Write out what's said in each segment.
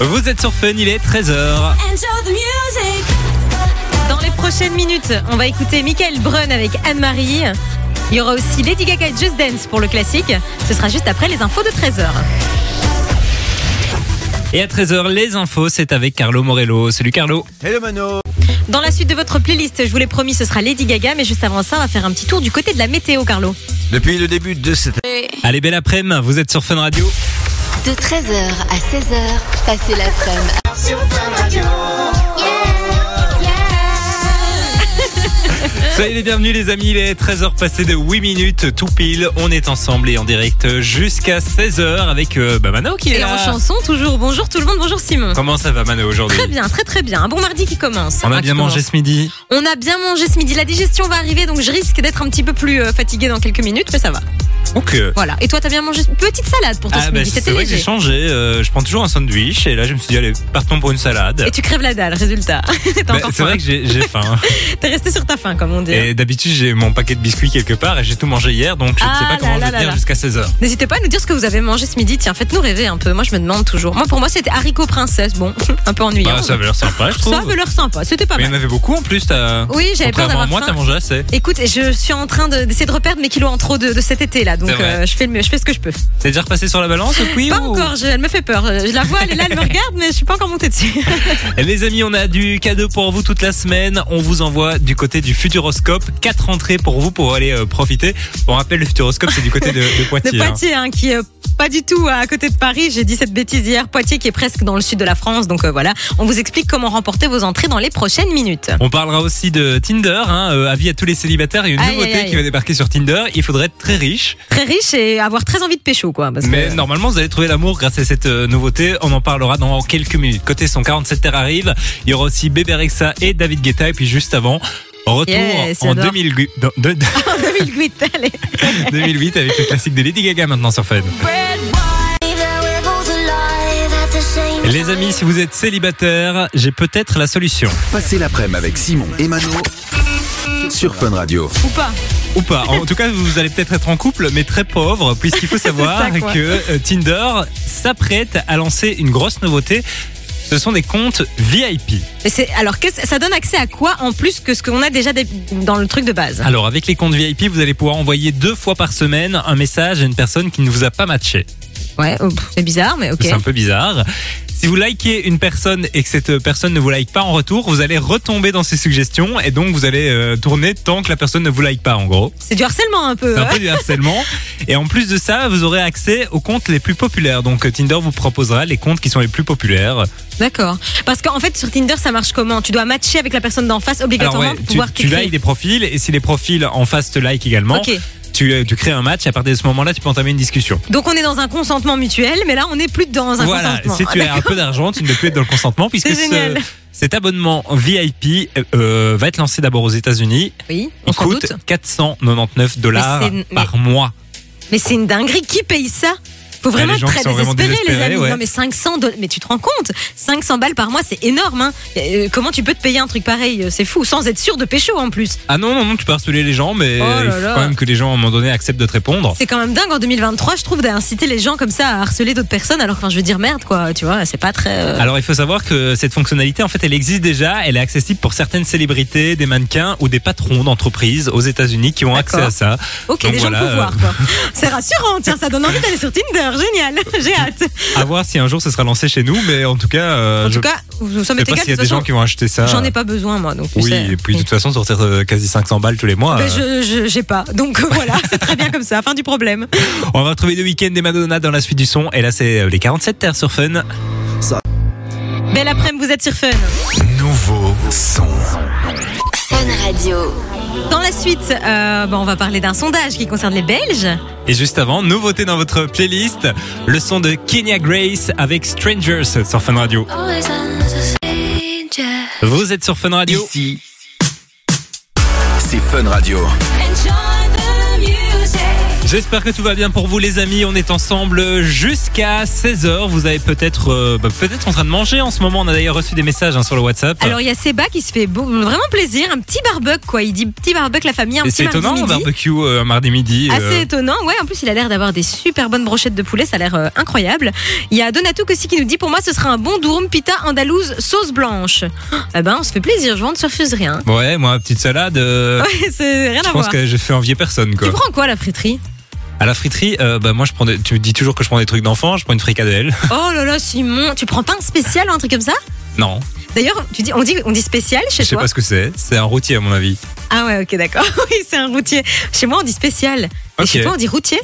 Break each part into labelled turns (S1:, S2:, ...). S1: Vous êtes sur Fun, il est 13h.
S2: Enjoy the music.
S3: Dans les prochaines minutes, on va écouter Michael Brun avec Anne-Marie. Il y aura aussi Lady Gaga et Just Dance pour le classique. Ce sera juste après les infos de 13h.
S1: Et à 13h, les infos, c'est avec Carlo Morello. Salut Carlo.
S4: Hello Mano
S3: Dans la suite de votre playlist, je vous l'ai promis, ce sera Lady Gaga, mais juste avant ça, on va faire un petit tour du côté de la météo, Carlo.
S4: Depuis le début de cette
S1: Allez, belle après-midi, vous êtes sur Fun Radio.
S5: De 13h à 16h, passez l'après-midi
S1: Soyez les bienvenus les amis, il est 13h passé de 8 minutes tout pile. On est ensemble et en direct jusqu'à 16h avec euh, bah, Mano qui est
S3: Et
S1: là.
S3: en chanson, toujours bonjour tout le monde, bonjour Simon.
S1: Comment ça va Mano aujourd'hui
S3: Très bien, très très bien. Un bon mardi qui commence.
S1: On
S3: Enfin,
S1: a
S3: qui
S1: bien mangé
S3: commence.
S1: ce midi.
S3: On a bien mangé ce midi. La digestion va arriver, donc je risque d'être un petit peu plus euh, fatiguée dans quelques minutes, mais ça va.
S1: Ok.
S3: Voilà. Et toi, t'as bien mangé une petite salade pour toi
S1: Ah
S3: ce
S1: bah
S3: midi.
S1: c'est
S3: C'était
S1: vrai que j'ai
S3: léger.
S1: changé, euh, je prends toujours un sandwich et là je me suis dit allez partons pour une salade.
S3: Et tu crèves la dalle, résultat. T'as
S1: Bah,
S3: encore
S1: c'est
S3: faim.
S1: vrai que j'ai j'ai faim.
S3: T'es resté sur ta faim, comme on dit.
S1: Et d'habitude j'ai mon paquet de biscuits quelque part et j'ai tout mangé hier donc je ne
S3: Ah
S1: sais pas
S3: là
S1: comment je
S3: là
S1: vais
S3: là
S1: tenir
S3: là.
S1: jusqu'à 16h.
S3: N'hésitez pas à nous dire ce que vous avez mangé ce midi. Tiens, faites-nous rêver un peu. Moi, je me demande toujours. Moi, pour moi, c'était haricot princesse. Bon, un peu ennuyant.
S1: Bah, ça avait l'air sympa je trouve.
S3: Ça avait l'air sympa. C'était pas
S1: Mais il y
S3: mal.
S1: en avait beaucoup en plus. t'as-
S3: Oui, j'avais peur
S1: Contrairement à
S3: d'avoir
S1: moi,
S3: faim.
S1: t'as mangé assez.
S3: Écoute, je suis en train de- d'essayer de, reperdre mes kilos en trop de, de cet été là, donc
S1: C'est vrai.
S3: euh, je fais le mieux, je fais ce que je peux.
S1: T'es déjà repassé sur la balance le couillou
S3: Pas encore, je- elle me fait peur. Euh, Je la vois, elle est là, elle me regarde, mais je suis pas encore montée dessus.
S1: Les amis, on a du cadeau pour vous toute la semaine. On vous envoie du côté du Futuroscope. Quatre entrées pour vous pour aller euh, profiter. On rappelle, le Futuroscope, c'est du côté de, de Poitiers.
S3: De
S1: hein.
S3: Poitiers, hein, qui est pas du tout à côté de Paris. J'ai dit cette bêtise hier. Poitiers, qui est presque dans le sud de la France. Donc euh, voilà, on vous explique comment remporter vos entrées dans les prochaines minutes.
S1: On parlera aussi de Tinder. Hein, euh, avis à tous les célibataires. Il y a une
S3: Aïe,
S1: nouveauté
S3: aïe, aïe.
S1: qui va débarquer sur Tinder. Il faudrait être très riche.
S3: Très riche et avoir très envie de pécho, quoi. Parce que-
S1: Mais normalement, vous allez trouver l'amour grâce à cette euh, nouveauté. On en parlera dans quelques minutes. Côté son 47 terre arrive. Il y aura aussi Bébé Rexha et David Guetta. Et puis juste avant, retour
S3: Yes,
S1: en
S3: j'adore.
S1: 2008, dans- de-
S3: 2008, allez.
S1: 2008 avec le classique de Lady Gaga maintenant sur Fun. Les amis, si vous êtes célibataire, j'ai peut-être la solution.
S4: Passez l'après-midi avec Simon et Mano sur Fun Radio.
S3: Ou pas.
S1: Ou pas. En tout cas, vous allez peut-être être en couple, mais très pauvre, puisqu'il faut savoir
S3: ça, quoi.
S1: que euh, Tinder s'apprête à lancer une grosse nouveauté. Ce sont des comptes VIP.
S3: Mais c'est- alors, qu'est-ce- ça donne accès à quoi en plus que ce qu'on a déjà des- dans le truc de base
S1: Alors, avec les comptes VIP, vous allez pouvoir envoyer deux fois par semaine un message à une personne qui ne vous a pas matché.
S3: Ouais, oh, pff, c'est bizarre, mais ok.
S1: Ah. C'est un peu bizarre. Si vous likez une personne et que cette personne ne vous like pas en retour, vous allez retomber dans ses suggestions et donc vous allez euh, tourner tant que la personne ne vous like pas en gros.
S3: C'est du harcèlement un peu.
S1: C'est un
S3: hein.
S1: peu du harcèlement. Et en plus de ça, vous aurez accès aux comptes les plus populaires. Donc euh, Tinder vous proposera les comptes qui sont les plus populaires.
S3: D'accord. Parce qu'en fait, sur Tinder, ça marche comment Tu dois matcher avec la personne d'en face
S1: Alors
S3: obligatoirement
S1: ouais,
S3: pour
S1: tu,
S3: pouvoir
S1: tu likes
S3: t'écrire.
S1: des profils et si les profils en face te like également,
S3: Ok.
S1: tu, euh, tu crées un match. Et à partir de ce moment-là, tu peux entamer une discussion.
S3: Donc on est dans un consentement mutuel, mais là on n'est plus dans un
S1: voilà.
S3: consentement.
S1: Si tu as un peu d'argent, tu ne peux plus être dans le consentement puisque
S3: C'est
S1: ce-
S3: génial.
S1: cet abonnement VIP euh, euh, va être lancé d'abord aux États-Unis.
S3: Oui, on
S1: Il
S3: s'en
S1: coûte
S3: doute.
S1: 499 dollars
S3: Mais c'est- mais-
S1: par mois.
S3: Mais c'est une dinguerie. Qui paye ça Faut
S1: Ouais,
S3: vraiment
S1: les gens
S3: être
S1: qui
S3: très
S1: sont vraiment
S3: désespéré, les
S1: désespérés,
S3: amis.
S1: ouais.
S3: Non, mais 500 dollars. Mais tu te rends compte 500 balles par mois, c'est énorme. hein. Euh, comment tu peux te payer un truc pareil Euh, C'est fou, sans être sûr de pécho en plus.
S1: Ah non, non, non, tu peux harceler les gens, mais
S3: Oh là
S1: il faut
S3: là.
S1: quand même que les gens à un moment donné acceptent de te répondre.
S3: C'est quand même dingue en 2023, je trouve, d'inciter les gens comme ça à harceler d'autres personnes. Alors, enfin, je veux dire merde, quoi. Tu vois, c'est pas très. euh,
S1: Alors il faut savoir que cette fonctionnalité en fait elle existe déjà, elle est accessible pour certaines célébrités, des mannequins ou des patrons d'entreprises aux États-Unis qui ont accès
S3: D'accord.
S1: à ça.
S3: ok,
S1: Ah, donc
S3: des gens de
S1: voilà, euh.
S3: pouvoir, quoi. C'est rassurant, tiens, ça donne envie d'aller sur Tinder. Génial, j'ai hâte.
S1: euh, À voir si un jour ce sera lancé chez nous, mais en tout cas, euh,
S3: En
S1: je
S3: tout cas, ça
S1: ne sais
S3: m'est
S1: pas
S3: égal.
S1: s'il y a
S3: de
S1: des
S3: toute
S1: gens
S3: façon,
S1: qui vont acheter ça.
S3: J'en ai pas besoin, moi. Donc, tu
S1: Oui,
S3: sais.
S1: et puis de toute façon sortir euh, quasi 500 balles tous les mois.
S3: Ben,
S1: euh,
S3: je, je- j'ai pas. Donc euh, voilà, c'est très bien comme ça. Fin du problème.
S1: On va retrouver le week-end des Madonna dans la suite du son. Et là, c'est euh, les 47 terres sur Fun.
S3: Belle après-midi, vous êtes sur Fun.
S4: Nouveau son.
S5: Fun Radio.
S3: Dans la suite, euh, ben, on va parler d'un sondage qui concerne les Belges.
S1: Et juste avant, nouveauté dans votre playlist, le son de Kenya Grace avec Strangers sur Fun Radio. Vous êtes sur Fun Radio.
S4: Ici, c'est Fun Radio.
S2: Enjoy the music.
S1: J'espère que tout va bien pour vous les amis. On est ensemble jusqu'à 16h. Vous avez peut-être euh, bah, peut-être en train de manger en ce moment. On a d'ailleurs reçu des messages hein, sur le WhatsApp.
S3: Alors il y a Seba qui se fait beau- vraiment plaisir, un petit barbecue quoi. Il dit petit barbecue la famille, un
S1: Et
S3: petit
S1: c'est
S3: mardi
S1: étonnant, un
S3: midi. Ah,
S1: barbecue euh, un mardi midi. euh,
S3: Assez étonnant, ouais. En plus, il a l'air d'avoir des super bonnes brochettes de poulet, ça a l'air euh, incroyable. Il y a Donatou aussi qui nous dit pour moi, ce sera un bon durum pita andalouse sauce blanche. Eh ben, on se fait plaisir, je ne se refuse rien.
S1: Ouais, moi, petite salade. euh,
S3: Ouais, c'est rien
S1: je
S3: à
S1: pense
S3: voir.
S1: que j'ai fait envier personne, quoi.
S3: Tu prends quoi à la friterie
S1: À la friterie, euh, bah, moi, je prends des- tu me dis toujours que je prends des trucs d'enfant, je prends une fricadelle.
S3: Oh là là, Simon, tu prends pas un spécial ou un truc comme ça
S1: Non,
S3: D'ailleurs, tu dis, on dit, on dit spécial
S1: je
S3: chez
S1: sais
S3: toi.
S1: pas ce que c'est. C'est un routier, à mon avis.
S3: Ah ouais, ok, d'accord. Oui, c'est un routier. Chez moi, on dit spécial. Et
S1: Ok.
S3: chez toi, on dit routier.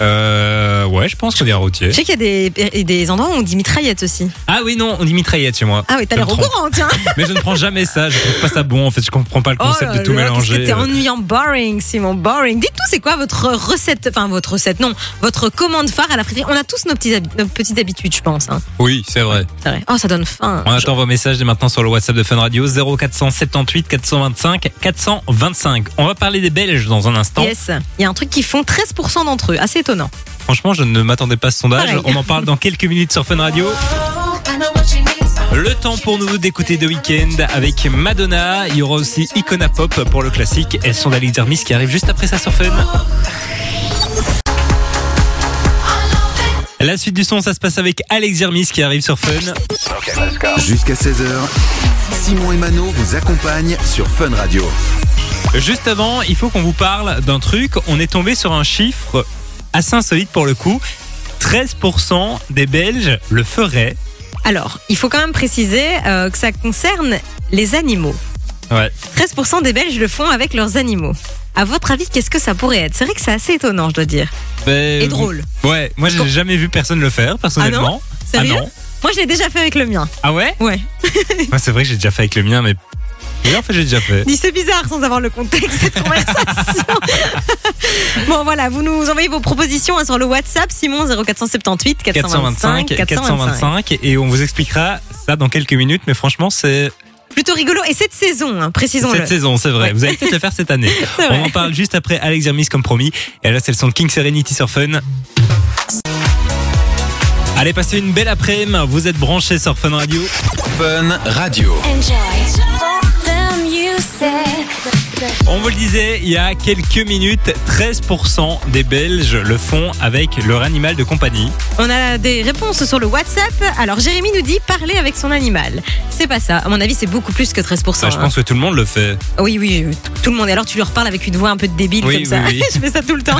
S1: Euh, ouais, je pense qu'on dit un routier.
S3: Je sais qu'il y a des, des endroits où on dit mitraillette aussi.
S1: Ah oui, non, on dit mitraillette chez moi.
S3: Ah oui, t'as
S1: Je me
S3: l'air au
S1: trompe.
S3: courant, tiens.
S1: Mais je ne prends jamais ça, je trouve pas ça bon. En fait, je comprends pas le
S3: Oh
S1: concept
S3: là
S1: de tout
S3: là, qu'est-ce
S1: mélanger.
S3: que T'es
S1: euh.
S3: ennuyant, boring, Simon, boring. Dites-nous, c'est quoi votre recette, enfin votre recette, non, votre commande phare à la friterie On a tous nos, petits hab- nos petites habitudes, je pense. hein.
S1: Euh, Oui, c'est vrai.
S3: C'est vrai. Oh, ça donne faim.
S1: On attend vos messages dès maintenant sur le WhatsApp de Fun Radio 0478 425 425. On va parler des Belges dans un instant.
S3: Yes, il y a un truc qui font 13% d'entre eux, assez étonnant.
S1: Franchement, je ne m'attendais pas à ce sondage.
S3: Pareil.
S1: On en parle dans quelques minutes sur Fun Radio. Le temps pour nous d'écouter The Weeknd avec Madonna. Il y aura aussi Icona Pop pour le classique et Sondali Dermis qui arrive juste après ça sur Fun. La suite du son, ça se passe avec Alex Dermis qui arrive sur Fun.
S4: Jusqu'à 16h, Simon et Mano vous accompagnent sur Fun Radio.
S1: Juste avant, il faut qu'on vous parle d'un truc. On est tombé sur un chiffre assez insolite pour le coup. 13% des Belges le feraient.
S3: Alors, il faut quand même préciser euh, que ça concerne les animaux.
S1: Ouais.
S3: 13% des Belges le font avec leurs animaux. À votre avis, qu'est-ce que ça pourrait être C'est vrai que c'est assez étonnant, je dois dire.
S1: Ben,
S3: Et drôle. Ah
S1: Ouais, moi j'ai jamais vu personne le faire personnellement. Ah
S3: Sérieux
S1: non
S3: Moi, je l'ai déjà fait avec le mien.
S1: Ah ouais
S3: Ouais.
S1: Moi c'est vrai que j'ai déjà fait avec le mien, mais. Oui, en fait j'ai déjà fait.
S3: Dis c'est bizarre sans avoir le contexte de cette conversation. bon voilà, vous nous envoyez vos propositions hein, sur le WhatsApp Simon 0478
S1: 425,
S3: 425 425.
S1: 425, et on vous expliquera ça dans quelques minutes, mais franchement c'est
S3: Plutôt rigolo et cette saison, hein, précisons-le.
S1: cette saison, c'est vrai.
S3: Ouais.
S1: Vous allez peut-être le faire cette année.
S3: C'est
S1: On
S3: vrai.
S1: en parle juste après Alex Hermis comme promis. Et là, c'est le son de King Serenity sur Fun. Allez, passez une belle après-midi. Vous êtes branchés sur Fun Radio.
S4: Fun Radio.
S5: Enjoy.
S1: On vous le disait il y a quelques minutes, 13% des Belges le font avec leur animal de compagnie.
S3: On a des réponses sur le WhatsApp. Alors Jérémy nous dit parler avec son animal. C'est pas ça. À mon avis, c'est beaucoup plus que 13
S1: Ça, je pense que tout le monde le fait.
S3: Oui, oui, oui, tout le monde. Et alors, tu leur parles avec une voix un peu de débile
S1: Oui,
S3: comme ça.
S1: oui, oui.
S3: je fais ça tout le temps.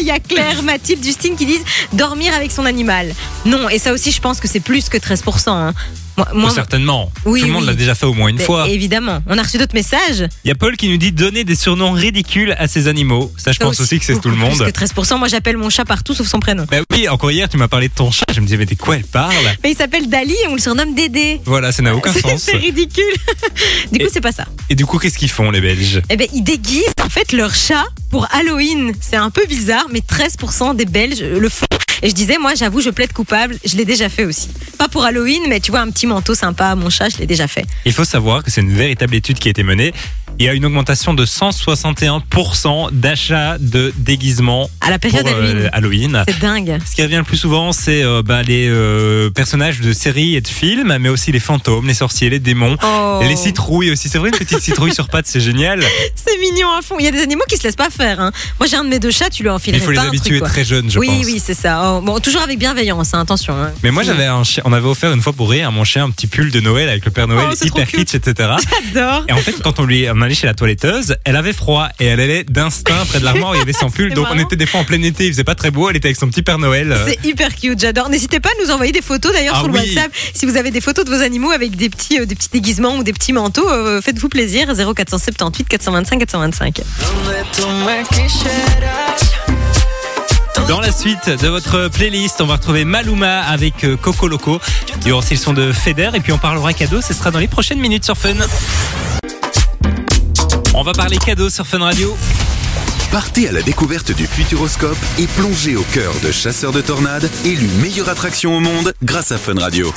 S3: Il y a Claire, Mathilde, Justine qui disent dormir avec son animal. Non, et ça aussi, je pense que c'est plus que 13%. hein. Moi, moi-
S1: Oh, certainement.
S3: Oui,
S1: tout le monde
S3: oui.
S1: l'a déjà fait au moins une
S3: Mais
S1: fois.
S3: Évidemment. On a reçu d'autres messages.
S1: Il y a Paul qui nous dit donner des surnoms ridicules à ses animaux. Ça, je
S3: Ça
S1: pense aussi que c'est tout le
S3: beaucoup
S1: monde.
S3: Plus que 13%. Moi, j'appelle mon chat partout sauf son prénom.
S1: Bah oui, encore hier, tu m'as parlé de ton chat. Je me disais, mais de quoi elle parle
S3: Mais il s'appelle Dali et on le surnomme Dédé.
S1: Voilà, ça n'a aucun
S3: C'est
S1: sens.
S3: c'est ridicule. du coup,
S1: Et-
S3: c'est pas ça.
S1: Et du coup, qu'est-ce qu'ils font, les Belges
S3: Eh ben, ils déguisent en fait leur chat pour Halloween. C'est un peu bizarre, mais 13% des Belges le font. Et je disais, moi, j'avoue, je plaide coupable. Je l'ai déjà fait aussi. Pas pour Halloween, mais tu vois, un petit manteau sympa à mon chat, je l'ai déjà fait.
S1: Il faut savoir que c'est une véritable étude qui a été menée. Il y a une augmentation de 161% d'achats de déguisements
S3: À la
S1: pour
S3: période
S1: euh,
S3: Halloween.
S1: Halloween.
S3: C'est dingue.
S1: Ce qui revient le plus souvent, c'est euh, bah, les euh, personnages de séries et de films, mais aussi les fantômes, les sorciers, les démons,
S3: Oh,
S1: les citrouilles aussi. C'est vrai, une petite citrouille sur pattes, c'est génial.
S3: c'est mignon à fond. Il y a des animaux qui se laissent pas faire. hein. Moi, j'ai un de mes deux chats, tu lui enfilerais
S1: Il faut les
S3: pas un truc,
S1: habituer
S3: quoi.
S1: très jeunes, je
S3: oui,
S1: pense.
S3: oui, c'est ça. Oh, bon, toujours avec bienveillance, hein, attention. hein.
S1: Mais moi, j'avais un chien- on avait offert une fois pour rire à mon chien un petit pull de Noël avec le Père Noël
S3: Oh, c'est trop
S1: hyper
S3: cute.
S1: kitsch, etc.
S3: J'adore.
S1: Et en fait, quand on lui on allait chez la toiletteuse, elle avait froid et elle allait d'instinct près de l'armoire où il y avait son pull.
S3: C'est
S1: Donc on
S3: marrant.
S1: était des fois en plein été, il faisait pas très beau, elle était avec son petit Père Noël. euh,
S3: C'est hyper cute, j'adore. N'hésitez pas à nous envoyer des photos d'ailleurs
S1: Ah
S3: sur le
S1: oui.
S3: WhatsApp. Si vous avez des photos de vos animaux avec des petits, euh, des petits déguisements ou des petits manteaux, euh, faites-vous plaisir. 0478 425 425.
S1: Dans la suite de votre playlist, on va retrouver Maluma avec euh, Coco Loco. Il y aura aussi le son de Feder et puis on parlera cadeau. Ce sera dans les prochaines minutes sur Fun. On va parler cadeau sur Fun Radio.
S4: Partez à la découverte du Futuroscope et plongez au cœur de Chasseurs de Tornades, élu meilleure attraction au monde grâce à Fun Radio.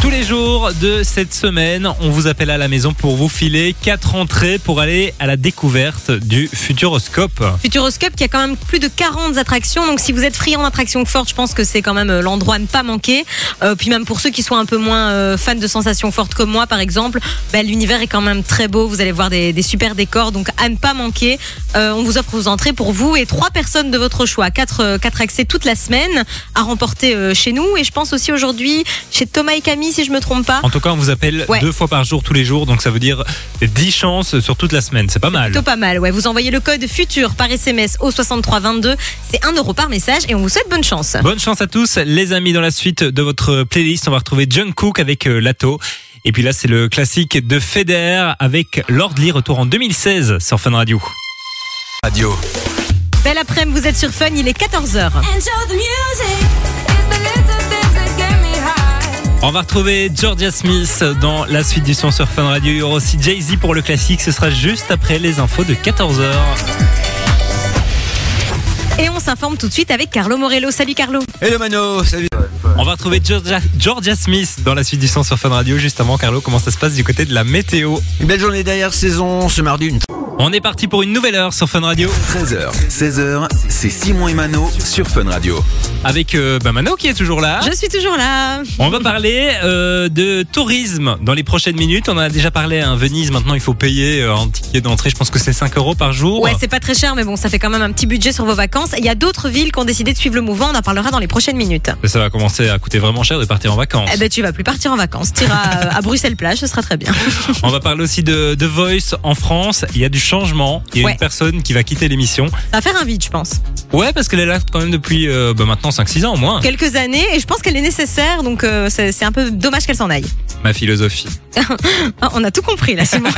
S1: Tous les jours de cette semaine, on vous appelle à la maison pour vous filer quatre entrées pour aller à la découverte du Futuroscope.
S3: Futuroscope qui a quand même plus de 40 attractions. Donc si vous êtes friand d'attractions fortes, je pense que c'est quand même euh, l'endroit à ne pas manquer. Euh, puis même pour ceux qui sont un peu moins euh, fans de sensations fortes comme moi par exemple, bah, l'univers est quand même très beau. Vous allez voir des, des super décors, donc à ne pas manquer. Euh, on vous offre vos entrées pour vous et trois personnes de votre choix, quatre, euh, quatre accès toute la semaine à remporter euh, chez nous. Et je pense aussi aujourd'hui chez Thomas et Camille si je me trompe pas.
S1: En tout cas, on vous appelle
S3: Ouais.
S1: deux fois par jour, tous les jours, donc ça veut dire 10 chances sur toute la semaine. C'est pas mal.
S3: Plutôt pas mal, ouais. Vous envoyez le code futur par SMS au 6322. C'est 1 euro par message et on vous souhaite bonne chance.
S1: Bonne chance à tous, les amis. Dans la suite de votre playlist, on va retrouver Jungkook avec euh, Lato. Et puis là, c'est le classique de Federer avec Lordly, retour en 2016 sur Fun Radio.
S4: Radio.
S3: Belle après-midi, vous êtes sur Fun, il est 14h.
S2: Enjoy the music. It's the little things that get me high.
S1: On va retrouver Georgia Smith dans la suite du son sur Fun Radio. Il y aura aussi Jay-Z pour le classique. Ce sera juste après les infos de 14h.
S3: Et on s'informe tout de suite avec Carlo Morello. Salut Carlo.
S6: Hello Mano, salut.
S1: On va retrouver Georgia, Georgia Smith dans la suite du son sur Fun Radio. Justement, Carlo, comment ça se passe du côté de la météo
S6: Une belle journée derrière saison, ce mardi une
S1: On est parti pour une nouvelle heure sur Fun Radio
S4: 13h, 16h, c'est Simon et Mano sur Fun Radio.
S1: avec euh, bah, Mano qui est toujours là.
S3: Je suis toujours là.
S1: On va parler euh, de tourisme dans les prochaines minutes. On en a déjà parlé à Venise. Maintenant, il faut payer euh, un ticket d'entrée. Je pense que c'est 5 euros par jour.
S3: Ouais, c'est pas très cher, mais bon, ça fait quand même un petit budget sur vos vacances. Il y a d'autres villes qui ont décidé de suivre le mouvement. On en parlera dans les prochaines minutes.
S1: ça va commencer à coûter vraiment cher de partir en vacances.
S3: Eh ben, tu vas plus partir en vacances. T'iras euh, à Bruxelles plage, ce sera très bien.
S1: On va parler aussi de, de Voice en France. Il y a du changement. Il y a
S3: Ouais.
S1: une personne qui va quitter l'émission.
S3: Ça va faire un vide, je pense.
S1: Ouais, parce qu'elle est là quand même depuis euh, bah, maintenant 5-6 ans au moins.
S3: Quelques années, et je pense qu'elle est nécessaire, donc euh, c'est c'est un peu dommage qu'elle s'en aille.
S1: Ma philosophie.
S3: Ah, on a tout compris là, Simon.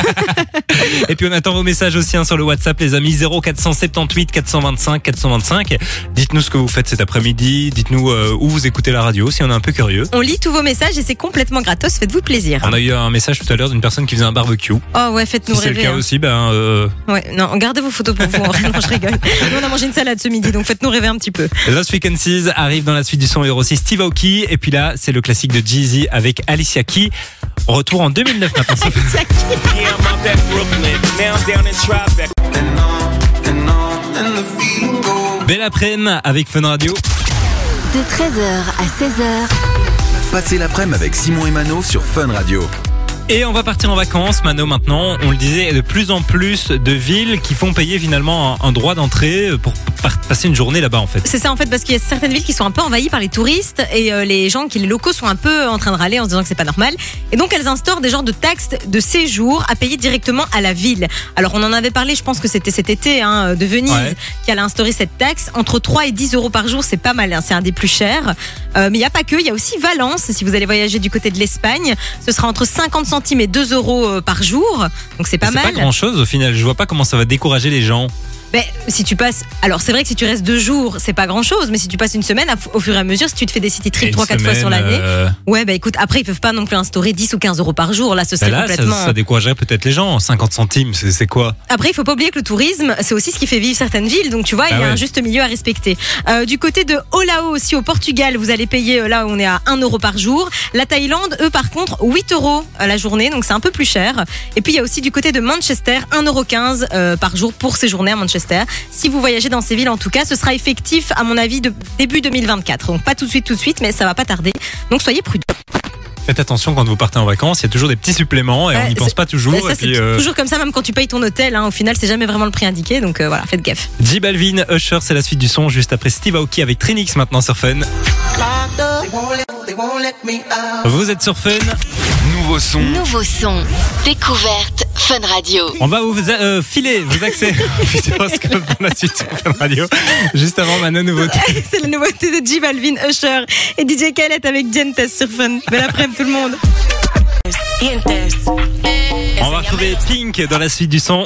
S1: Et puis on attend vos messages aussi hein, sur le WhatsApp, les amis 0478 425 425. Dites-nous ce que vous faites cet après-midi. Dites-nous euh, où vous écoutez la radio si on est un peu curieux.
S3: on lit tous vos messages et c'est complètement gratos. Faites-vous plaisir.
S1: On a eu un message tout à l'heure d'une personne qui faisait un barbecue.
S3: Oh ouais,
S1: Si
S3: faites-nous
S1: c'est le
S3: rêver.
S1: cas
S3: hein.
S1: aussi, ben euh,
S3: Ouais, non, gardez vos photos pour vous. en vrai, non, je rigole. Nous, on a mangé une salade ce midi, donc faites-nous rêver un petit peu.
S1: Last Weekend Seas arrive dans la suite du son Euro 6 Steve Aoki. Et puis là, c'est le classique de Jeezy avec Alicia Keys. Retour en 2009 maintenant. sur-
S7: Yeah, I'm out that Brooklyn. Now I'm down in Tribeca.
S1: Belle après-midi avec Fun Radio.
S5: De 13h à 16h,
S4: Passez l'après-midi avec Simon et Mano sur Fun Radio.
S1: Et on va partir en vacances, Mano, maintenant. On le disait, il y a de plus en plus de villes qui font payer finalement un, un droit d'entrée pour par- passer une journée là-bas, en fait.
S3: C'est ça en fait parce qu'il y a certaines villes qui sont un peu envahies par les touristes et euh, les gens qui les locaux sont un peu en train de râler en se disant que c'est pas normal et donc elles instaurent des genres de taxes de séjour à payer directement à la ville. Alors on en avait parlé, je pense que c'était cet été hein, de Venise
S1: Ouais.
S3: qui allait instaurer cette taxe entre 3 et 10 euros par jour, c'est pas mal, hein, c'est un des plus chers. Euh, mais il y a pas que, il y a aussi Valence si vous allez voyager du côté de l'Espagne, ce sera entre 50 centimes et 2 euros euh, par jour, donc c'est pas
S1: C'est
S3: mal.
S1: pas grand chose au final. Je vois pas comment ça va décourager les gens.
S3: Ben, si tu passes. Alors, c'est vrai que si tu restes deux jours, c'est pas grand chose, mais si tu passes une semaine, au fur et à mesure, si tu te fais des city
S1: Et
S3: trips
S1: une
S3: 3-4 fois
S1: semaine,
S3: sur l'année.
S1: euh,
S3: Ouais, bah écoute, après, ils peuvent pas non plus instaurer 10 ou 15 euros par jour. Là, ce
S1: bah
S3: serait
S1: là, ça,
S3: complètement. euh,
S1: ça découragerait peut-être les gens. 50 centimes, c'est c'est quoi
S3: Après, il faut pas oublier que le tourisme, c'est aussi ce qui fait vivre certaines villes. Donc, tu vois, il y
S1: Ah
S3: a un
S1: ouais.
S3: juste milieu à respecter. Euh, du côté de Olao aussi, au Portugal, vous allez payer, euh, là, on est à 1 euro par jour. La Thaïlande, eux, par contre, 8 euros euh, la journée. Donc, c'est un peu plus cher. Et puis, il y a aussi du côté de Manchester, 1 euro 15 euh, par jour pour séjourner à Manchester. Si vous voyagez dans ces villes, en tout cas, ce sera effectif, à mon avis, de début 2024. Donc, pas tout de suite, tout de suite, mais ça va pas tarder. Donc, soyez prudents.
S1: Faites attention quand vous partez en vacances, il y a toujours des petits suppléments et
S3: Ouais,
S1: on n'y pense
S3: c'est-
S1: pas toujours.
S3: Mais ça,
S1: et
S3: c'est
S1: puis, euh,
S3: toujours comme ça, même quand tu payes ton hôtel. hein. au final, c'est jamais vraiment le prix indiqué. Donc, euh, voilà, faites gaffe.
S1: J Balvin, Usher, c'est la suite du son, juste après Steve Aoki avec Trinix maintenant sur Fun. Vous êtes sur Fun,
S4: Nouveau son,
S5: nouveau son. Découverte Fun Radio.
S1: on va vous a- euh, filer, vous accès au Futuroscope dans la suite sur Fun Radio. Juste avant Manon, nouveauté.
S3: C'est la nouveauté de J Balvin, Usher et DJ Khaled avec Gentes sur Fun. Belle après-midi tout le monde.
S1: On va retrouver Pink dans la suite du son.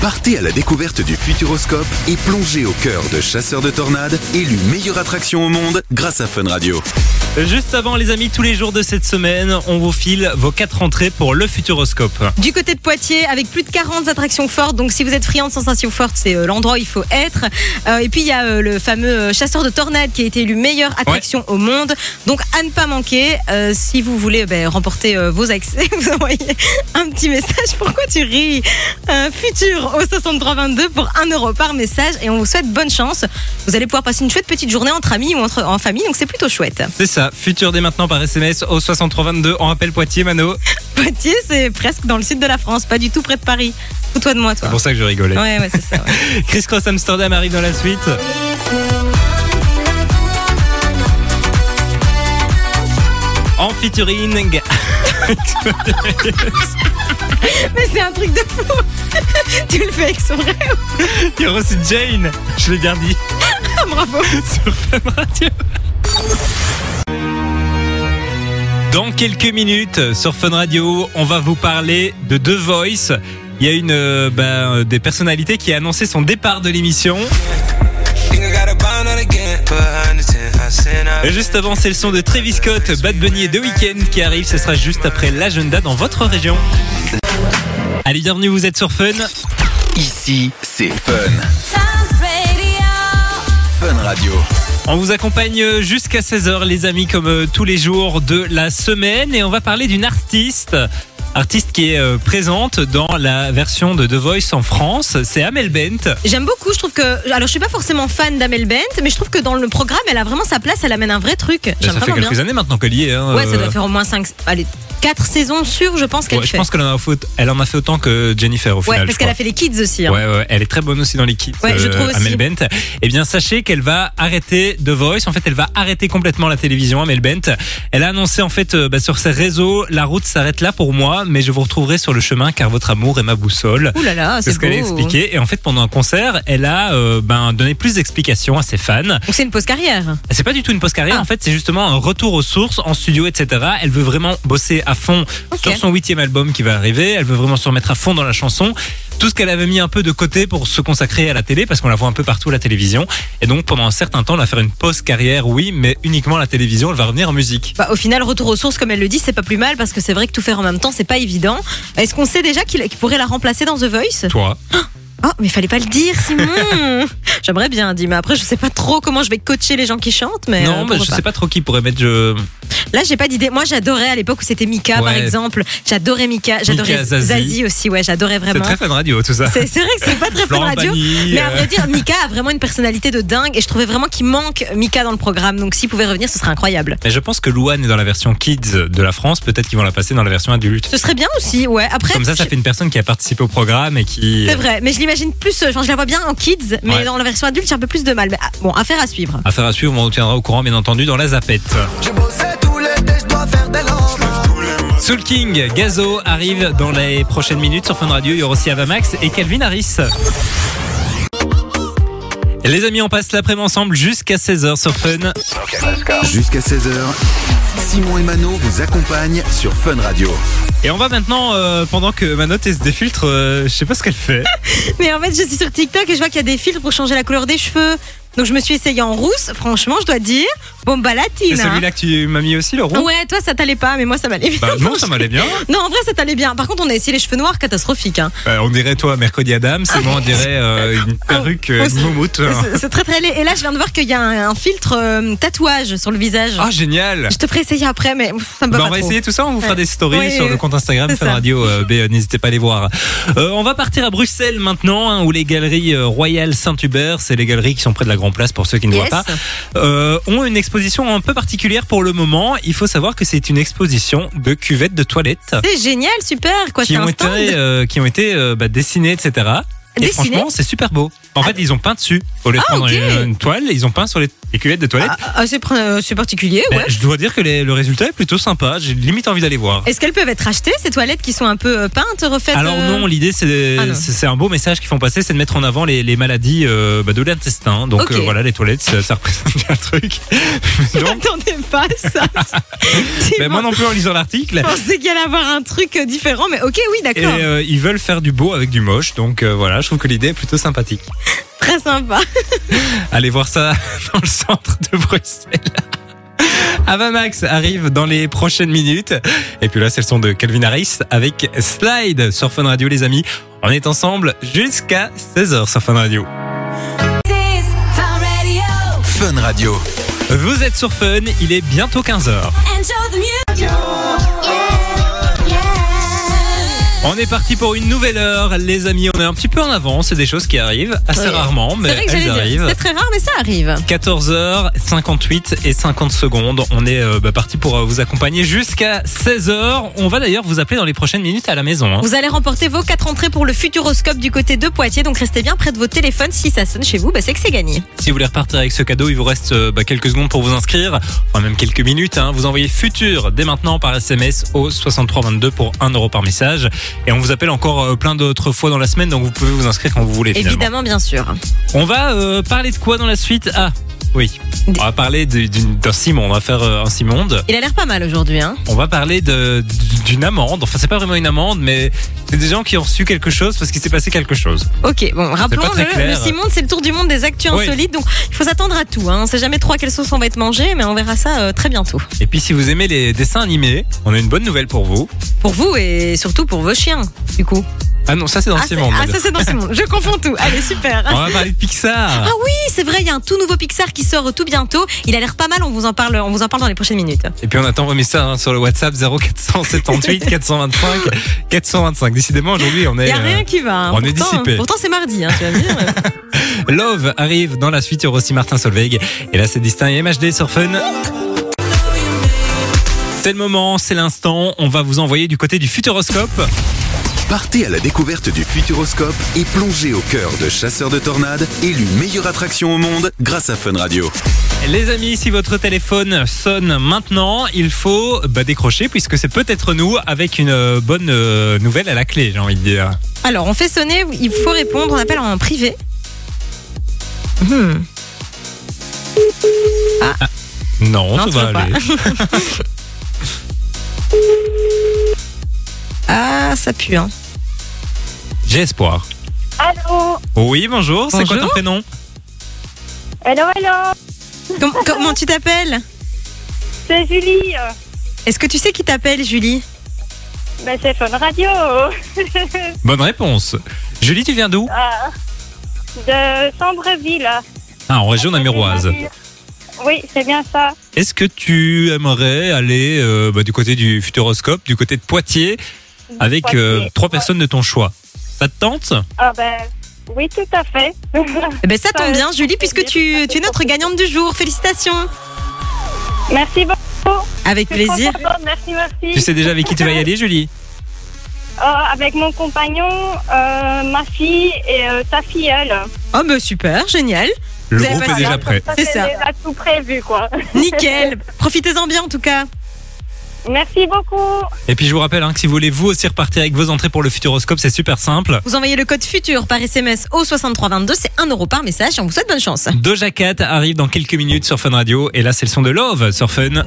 S4: partez à la découverte du Futuroscope et plongez au cœur de Chasseurs de Tornades, élu meilleure attraction au monde grâce à Fun Radio.
S1: Juste avant, les amis, tous les jours de cette semaine, on vous file vos quatre entrées pour le Futuroscope.
S3: Du côté de Poitiers, avec plus de 40 attractions fortes. Donc, si vous êtes friand de sensations fortes, c'est euh, l'endroit où il faut être. Euh, et puis, il y a euh, le fameux euh, chasseur de tornades qui a été élu meilleure attraction au monde. Donc, à ne pas manquer. Euh, si vous voulez ben, remporter euh, vos accès, vous envoyez un petit message. Pourquoi tu ris Euh, Futur au 6322 pour 1 euro par message. Et on vous souhaite bonne chance. Vous allez pouvoir passer une chouette petite journée entre amis ou entre, en famille. Donc, c'est plutôt chouette.
S1: C'est ça, futur dès maintenant par SMS au 6322. On rappelle Poitiers, Mano.
S3: Poitiers, c'est presque dans le sud de la France, pas du tout près de Paris. Fous-toi de moi, toi.
S1: Ah C'est pour ça que je rigolais.
S3: Ouais, ouais, c'est ça. ouais.
S1: Chris Cross Amsterdam arrive dans la suite. En featuring.
S3: Mais c'est un truc de fou. tu le fais avec son vrai.
S1: Il y aura aussi Jane, je l'ai bien dit,
S3: Bravo.
S1: sur Fun Radio. Dans quelques minutes, sur Fun Radio, on va vous parler de The Voice. Il y a une euh, bah, euh, des personnalités qui a annoncé son départ de l'émission.
S8: Think I gotta buy another again, but I understand. I said I
S1: Et Juste avant, c'est le son de Travis Scott, Bad Bunny et The Weeknd qui arrive. Ce sera juste après l'agenda dans votre région. Allez, bienvenue, vous êtes sur Fun.
S4: Ici, c'est Fun.
S2: Sounds radio.
S4: Fun Radio.
S1: On vous accompagne jusqu'à 16h, les amis, comme euh, tous les jours de la semaine. Et on va parler d'une artiste. Artiste qui est euh, présente dans la version de The Voice en France. C'est Amel Bent.
S3: J'aime beaucoup, je trouve que. Alors, je suis pas forcément fan d'Amel Bent, mais je trouve que dans le programme, elle a vraiment sa place, elle amène un vrai truc. J'aime
S1: ça fait
S3: vraiment bien.
S1: quelques années maintenant qu'elle y est. hein,
S3: Ouais, ça
S1: euh,
S3: doit faire au moins 5. Allez, 4 saisons sûres, je pense qu'elle
S1: ouais, je
S3: fait.
S1: pense qu'elle en, a fait- elle en a fait autant que Jennifer au
S3: ouais,
S1: final.
S3: parce
S1: je
S3: qu'elle
S1: crois.
S3: a fait les kids aussi. hein.
S1: Ouais, ouais, elle est très bonne aussi dans les kits.
S3: Ouais, je trouve aussi.
S1: Amel Bent. Eh bien, sachez qu'elle va arrêter The Voice. En fait, elle va arrêter complètement la télévision, Amel Bent. Elle a annoncé, en fait, euh, bah, sur ses réseaux, la route s'arrête là pour moi, mais je vous retrouverai sur le chemin car votre amour est ma boussole.
S3: Ouh là là,
S1: C'est
S3: c'est
S1: ce qu'elle a
S3: beau. hein.
S1: expliqué. Et en fait, pendant un concert, elle a euh, ben, donné plus d'explications à ses fans.
S3: Donc, c'est une pause carrière.
S1: C'est pas du tout une pause carrière,
S3: Ah.
S1: en fait, c'est justement un retour aux sources, en studio, etc. Elle veut vraiment bosser à fond
S3: Ok.
S1: sur son huitième album qui va arriver. Elle veut vraiment se remettre à fond dans la chanson. Tout ce qu'elle avait mis un peu de côté pour se consacrer à la télé, parce qu'on la voit un peu partout à la télévision. Et donc, pendant un certain temps, elle va faire une pause carrière, oui, mais uniquement à la télévision. Elle va revenir en musique.
S3: Bah, au final, retour aux sources, comme elle le dit, c'est pas plus mal parce que c'est vrai que tout faire en même temps, c'est pas évident. Est-ce qu'on sait déjà qu'il qu'il pourrait la remplacer dans The Voice
S1: Toi,
S3: Oh, mais fallait pas le dire, Simon J'aimerais bien, dit, mais après, je sais pas trop comment je vais coacher les gens qui chantent, mais. euh,
S1: non, mais
S3: pourquoi
S1: je
S3: pas.
S1: sais pas trop qui pourrait mettre. Je...
S3: Là, j'ai pas d'idée. Moi, j'adorais à l'époque où c'était Mika, par
S1: Ouais.
S3: exemple. J'adorais Mika, j'adorais
S1: Mika, Zazie.
S3: aussi, ouais, j'adorais
S1: C'est
S3: vraiment.
S1: très fan radio, tout ça.
S3: Ah C'est c'est vrai que c'est pas très fun
S1: Florent
S3: radio.
S1: Pagny,
S3: Mais à
S1: euh,
S3: vrai dire, Mika a vraiment une personnalité de dingue et je trouvais vraiment qu'il manque Mika dans le programme. Donc s'il pouvait revenir, ce serait incroyable.
S1: Mais je pense que Louane est dans la version kids de la France. Peut-être qu'ils vont la passer dans la version adulte.
S3: Ce serait bien aussi, ouais. Après,
S1: Comme ça, ça
S3: je-
S1: fait une personne qui a participé au programme et qui. euh,
S3: C'est vrai, mais je l'imagine plus. euh, Enfin, je la vois bien en kids, mais
S1: Ouais.
S3: dans la version adulte, j'ai un peu plus de mal. Mais ah, bon, affaire à suivre.
S1: Affaire à suivre, on vous tiendra au courant bien entendu dans la zapette.
S8: Je bossais tout l'été, je dois faire des lampes.
S1: Soul King, Gazo arrive dans les prochaines minutes sur Fun Radio, il y aura aussi Avamax et Calvin Harris. Les amis, on passe l'après-midi ensemble jusqu'à 16h sur Fun.
S4: Jusqu'à 16h, Simon et Mano vous accompagnent sur Fun Radio.
S1: Et on va maintenant, euh, pendant que ma note se défiltre, euh, je sais pas ce qu'elle fait.
S3: Mais en fait, je suis sur TikTok et je vois qu'il y a des filtres pour changer la couleur des cheveux. Donc je me suis essayée en rousse. Franchement, je dois dire, bomba
S1: C'est
S3: latina.
S1: celui-là que tu m'as mis aussi, le rond
S3: hein. Ouais, toi ça t'allait pas, mais moi ça m'allait bien.
S1: Bah non, ça m'allait bien.
S3: Non, en vrai ça t'allait bien. Par contre, on a essayé les cheveux noirs, catastrophique. hein.
S1: Bah, on dirait toi, Mercredi Adam, c'est moi, on dirait euh, une perruque, euh, une moumoute.
S3: Ah. C'est- C'est très très laid. Et là, je viens de voir qu'il y a un, un filtre euh, tatouage sur le visage.
S1: Ah, génial
S3: Je te ferai essayer après, mais pff, ça me va
S1: Bah,
S3: pas
S1: on va
S3: trop.
S1: essayer tout ça, on vous fera
S3: Ouais.
S1: des stories
S3: Oui,
S1: sur le compte Instagram
S3: c'est
S1: Fun
S3: ça.
S1: Radio, euh, B, euh, n'hésitez pas à les voir. Euh, on va partir à Bruxelles maintenant, hein, où les galeries euh, Royal Saint-Hubert, c'est les galeries qui sont près de la Grand Place pour ceux qui ne
S3: Yes.
S1: voient pas, euh, ont une exposition un peu particulière pour le moment. Il faut savoir que c'est une exposition de cuvettes de toilettes
S3: C'est génial, super. Quoi, c'est
S1: qui ont,
S3: un
S1: été,
S3: stand.
S1: euh, qui ont été euh, bah, dessinées, etc. Et
S3: Dessinées
S1: franchement, c'est super beau. En fait, ils ont peint dessus. Au lieu de
S3: Ah,
S1: prendre
S3: ok.
S1: une, une toile, ils ont peint sur les, les cuvettes de toilettes.
S3: Ah, ah, c'est pr- euh, c'est particulier,
S1: Bah,
S3: ouais.
S1: Je dois dire que les- le résultat est plutôt sympa. J'ai limite envie d'aller voir.
S3: Est-ce qu'elles peuvent être achetées, ces toilettes qui sont un peu euh, peintes, refaites
S1: Alors
S3: euh,
S1: non, l'idée c'est
S3: Ah non.
S1: c'est c'est un beau message qu'ils font passer, c'est de mettre en avant les, les maladies euh, bah, de l'intestin. Donc
S3: Ok.
S1: euh, voilà, les toilettes, ça, ça représente bien le truc.
S3: Je
S1: Donc,
S3: m'attendais pas à ça.
S1: mais moi non plus en lisant l'article.
S3: Je pensais qu'il allait avoir un truc euh, différent, mais ok, oui,
S1: Et
S3: d'accord.
S1: euh, ils veulent faire du beau avec du moche, donc euh, voilà, je trouve que l'idée est plutôt sympathique.
S3: Très sympa.
S1: Allez voir ça dans le centre de Bruxelles. Avamax arrive dans les prochaines minutes. Et puis là, c'est le son de Calvin Harris avec Slide sur Fun Radio, les amis. On est ensemble jusqu'à 16h sur Fun Radio.
S2: Teens, Fun Radio.
S4: Fun Radio.
S1: Vous êtes sur Fun, il est bientôt 15h.
S2: Enjoy the music.
S1: On est parti pour une nouvelle heure, les amis. On est un petit peu en avance, c'est des choses qui arrivent assez
S3: Oui.
S1: rarement,
S3: C'est
S1: mais
S3: vrai que
S1: elles
S3: j'allais dire.
S1: arrivent.
S3: C'est très rare, mais ça arrive.
S1: 14h58 et 50 secondes. On est euh, bah, parti pour euh, vous accompagner jusqu'à 16h. On va d'ailleurs vous appeler dans les prochaines minutes à la maison. hein.
S3: Vous allez remporter vos quatre entrées pour le Futuroscope du côté de Poitiers, donc restez bien près de votre téléphone. Si ça sonne chez vous, bah, c'est que c'est gagné.
S1: Si vous voulez repartir avec ce cadeau, il vous reste euh, bah, quelques secondes pour vous inscrire, enfin même quelques minutes. hein. Vous envoyez futur dès maintenant par SMS au 6322 pour 1 euro par message. Et on vous appelle encore euh, plein d'autres fois dans la semaine, donc vous pouvez vous inscrire quand vous voulez. Finalement.
S3: Évidemment, bien sûr.
S1: On va euh, parler de quoi dans la suite Ah oui, on
S3: Des-
S1: va parler du- d'une- d'un Simon. On va faire euh, un Simonde.
S3: Il a l'air pas mal aujourd'hui, hein.
S1: On va parler de- d'une amende. Enfin, c'est pas vraiment une amende, mais c'est des gens qui ont reçu quelque chose parce qu'il s'est passé quelque chose.
S3: Ok, bon, rappelons
S1: très
S3: le,
S1: clair.
S3: le Simonde, c'est le tour du monde des actus
S1: Oui.
S3: insolites, donc il faut s'attendre à tout. Hein. On sait jamais trop à quelle sauce on va être mangé, mais on verra ça euh, très bientôt.
S1: Et puis, si vous aimez les dessins animés, on a une bonne nouvelle pour vous.
S3: Pour vous et surtout pour vos chiens, du coup.
S1: Ah non, ça c'est dans
S3: ah, c'est-
S1: Simon.
S3: ah, ça c'est dans Simonde. Je confonds tout. Allez, super.
S1: On va parler de Pixar.
S3: Ah oui, c'est vrai, il y a un tout nouveau Pixar qui sort tout bientôt. Il a l'air pas mal, on vous en parle, on vous en parle dans les prochaines minutes.
S1: Et puis on attend vos messages hein, sur le WhatsApp 0478 425 425. Décidément aujourd'hui on
S3: Il
S1: est.
S3: n'y a rien
S1: euh,
S3: qui va. hein.
S1: on est
S3: pourtant,
S1: dissipé.
S3: pourtant, c'est mardi, hein, tu vas me dire.
S1: Love arrive dans la suite sur Rossi Martin Solveig. Et là c'est distingué MHD sur Fun. C'est le moment, c'est l'instant. On va vous envoyer du côté du futuroscope.
S4: Partez à la découverte du Futuroscope et plongez au cœur de Chasseurs de Tornades, élu meilleure attraction au monde grâce à Fun Radio.
S1: Les amis, si votre téléphone sonne maintenant, il faut bah, décrocher puisque c'est peut-être nous avec une euh, bonne euh, nouvelle à la clé, j'ai envie de dire.
S3: Alors, on fait sonner, il faut répondre, on appelle en privé. Hmm.
S1: Non,
S3: Non,
S1: ça
S3: tu
S1: va
S3: veux pas.
S1: aller.
S3: Ah, ça pue, hein.
S1: J'ai espoir.
S9: Allô
S1: Oui, bonjour. C'est quoi ton
S3: Bonjour.
S1: prénom
S9: Hello, hello
S3: Com- comment tu t'appelles
S9: C'est Julie euh,
S3: Est-ce que tu sais qui t'appelle, Julie
S9: ben, C'est Fun Radio
S1: Bonne réponse. Julie, tu viens d'où
S9: Ah, De Sambreville.
S1: Ah, en région namuroise.
S9: Oui, c'est bien ça.
S1: Est-ce que tu aimerais aller euh, bah, du côté du futuroscope, du côté de Poitiers, avec
S9: Poitiers.
S1: euh, trois
S9: Ouais.
S1: personnes de ton choix Ça te tente
S9: Ah ben, oui, tout à fait.
S3: Eh ben, ça tombe
S9: Ça,
S3: bien,
S9: ça
S3: Julie,
S9: fait
S3: puisque
S9: plaisir, ça
S3: tu,
S9: fait
S3: tu es notre gagnante du jour. Félicitations
S9: merci beaucoup.
S3: Avec
S9: Je suis
S3: plaisir.
S9: trop contente, Merci, merci.
S1: Tu sais déjà avec qui tu vas y aller, Julie
S9: Euh, avec mon compagnon, euh, ma fille et euh, sa filleule.
S3: Oh, bah super, génial
S1: Le
S3: Vous avez
S1: groupe est
S3: passé
S1: déjà
S3: un-
S1: prêt.
S3: C'est ça.
S9: déjà tout prévu, quoi.
S3: Nickel Profitez-en bien, en tout cas
S9: Merci beaucoup.
S1: Et puis je vous rappelle hein, que si vous voulez vous aussi repartir avec vos entrées pour le futuroscope, c'est super simple.
S3: Vous envoyez le code FUTUR par SMS au 6322, c'est 1 euro par message, et on vous souhaite bonne chance
S1: Doja Cat arrive dans quelques minutes sur Fun Radio et là c'est le son de Love sur Fun.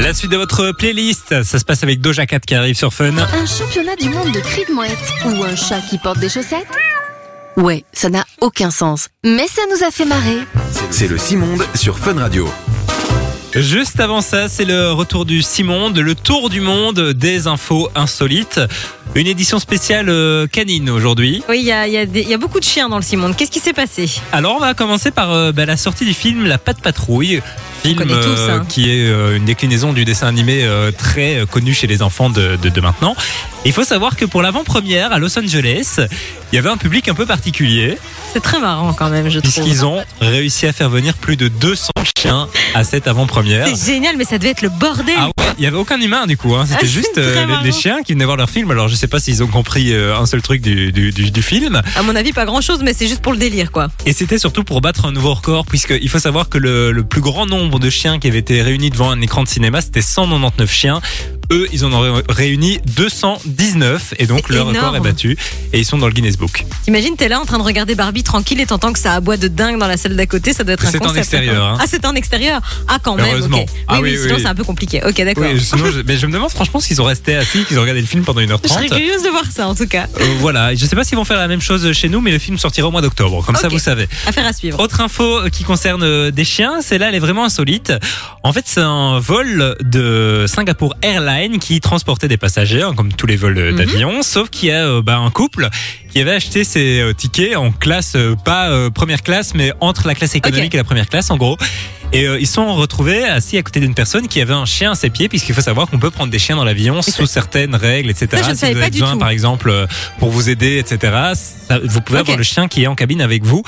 S1: La suite de votre playlist, ça se passe avec Doja Cat qui arrive sur Fun.
S5: Un championnat du monde de cris de mouette ou un chat qui porte des chaussettes Ouais, ça n'a aucun sens. Mais ça nous a fait marrer.
S4: C'est le Simonde sur Fun Radio.
S1: Juste avant ça, c'est le retour du Simonde, le tour du monde des infos insolites. Une édition spéciale euh, canine aujourd'hui.
S3: Oui, il y a, il y a des- il y a beaucoup de chiens dans le Simon. Qu'est-ce qui s'est passé
S1: Alors on va commencer par euh, bah, la sortie du film La Patte Patrouille, film
S3: connaît tous, hein.
S1: qui est euh, une déclinaison du dessin animé euh, très euh, connu chez les enfants de, de- de maintenant. Il faut savoir que pour l'avant-première à Los Angeles, il y avait un public un peu particulier
S3: C'est très marrant quand même, je trouve.
S1: puisqu'ils ont réussi à faire venir plus de 200 chiens à cette avant-première.
S3: C'est génial, mais ça devait être le bordel.
S1: Ah ouais, il y avait aucun humain du coup, hein.
S3: Ah,
S1: c'était juste
S3: c'est
S1: euh,
S3: très
S1: les- les,
S3: marrant.
S1: chiens qui venaient voir leur film. Alors je sais pas s'ils ont compris euh, un seul truc du, du- du- du film.
S3: À mon avis, pas grand-chose, mais c'est juste pour le délire, quoi.
S1: Et c'était surtout pour battre un nouveau record, puisqu'il faut savoir que le, le plus grand nombre de chiens qui avaient été réunis devant un écran de cinéma, c'était 199 chiens Eux, ils en ont réuni 219 et donc
S3: C'est
S1: leur
S3: énorme.
S1: record est battu et ils sont dans le Guinness Book.
S3: T'imagines, t'es là en train de regarder Barbie tranquille et t'entends que ça aboie de dingue dans la salle d'à côté, ça doit être un
S1: C'est en
S3: concept.
S1: extérieur, hein.
S3: Ah, c'est en extérieur. Ah, quand même.
S1: Heureusement.
S3: ok. Oui,
S1: Ah oui,
S3: oui,
S1: oui,
S3: sinon
S1: oui.
S3: c'est un peu compliqué. Ok, d'accord.
S1: Oui, sinon, je, mais je me demande franchement s'ils sont restés assis, qu'ils ont regardé le film pendant
S3: Je serais
S1: 1h30.
S3: curieuse de voir ça en tout cas.
S1: Euh, voilà, Et je sais pas s'ils vont faire la même chose chez nous, mais le film sortira au mois d'octobre, comme ça
S3: Ok.
S1: vous savez.
S3: Affaire à suivre.
S1: Autre info euh, qui concerne euh, des chiens, celle-là elle est vraiment insolite. En fait, c'est un vol de Singapour Airlines qui transportait des passagers, hein, comme tous les vols
S3: Mhm.
S1: euh, d'avion, sauf qu'il y a euh, bah, un couple qui avait acheté ses euh, tickets en classe, euh, pas euh, première classe, mais entre la classe économique et la première classe en gros. Et euh, ils sont retrouvés assis à côté d'une personne qui avait un chien à ses pieds, puisqu'il faut savoir qu'on peut prendre des chiens dans l'avion sous certaines règles, etc.
S3: Ça, je ne
S1: si
S3: savais
S1: vous
S3: pas
S1: avez
S3: du
S1: besoin,
S3: tout.
S1: par exemple, euh, pour vous aider, etc., ça- vous pouvez
S3: Ok.
S1: avoir le chien qui est en cabine avec vous.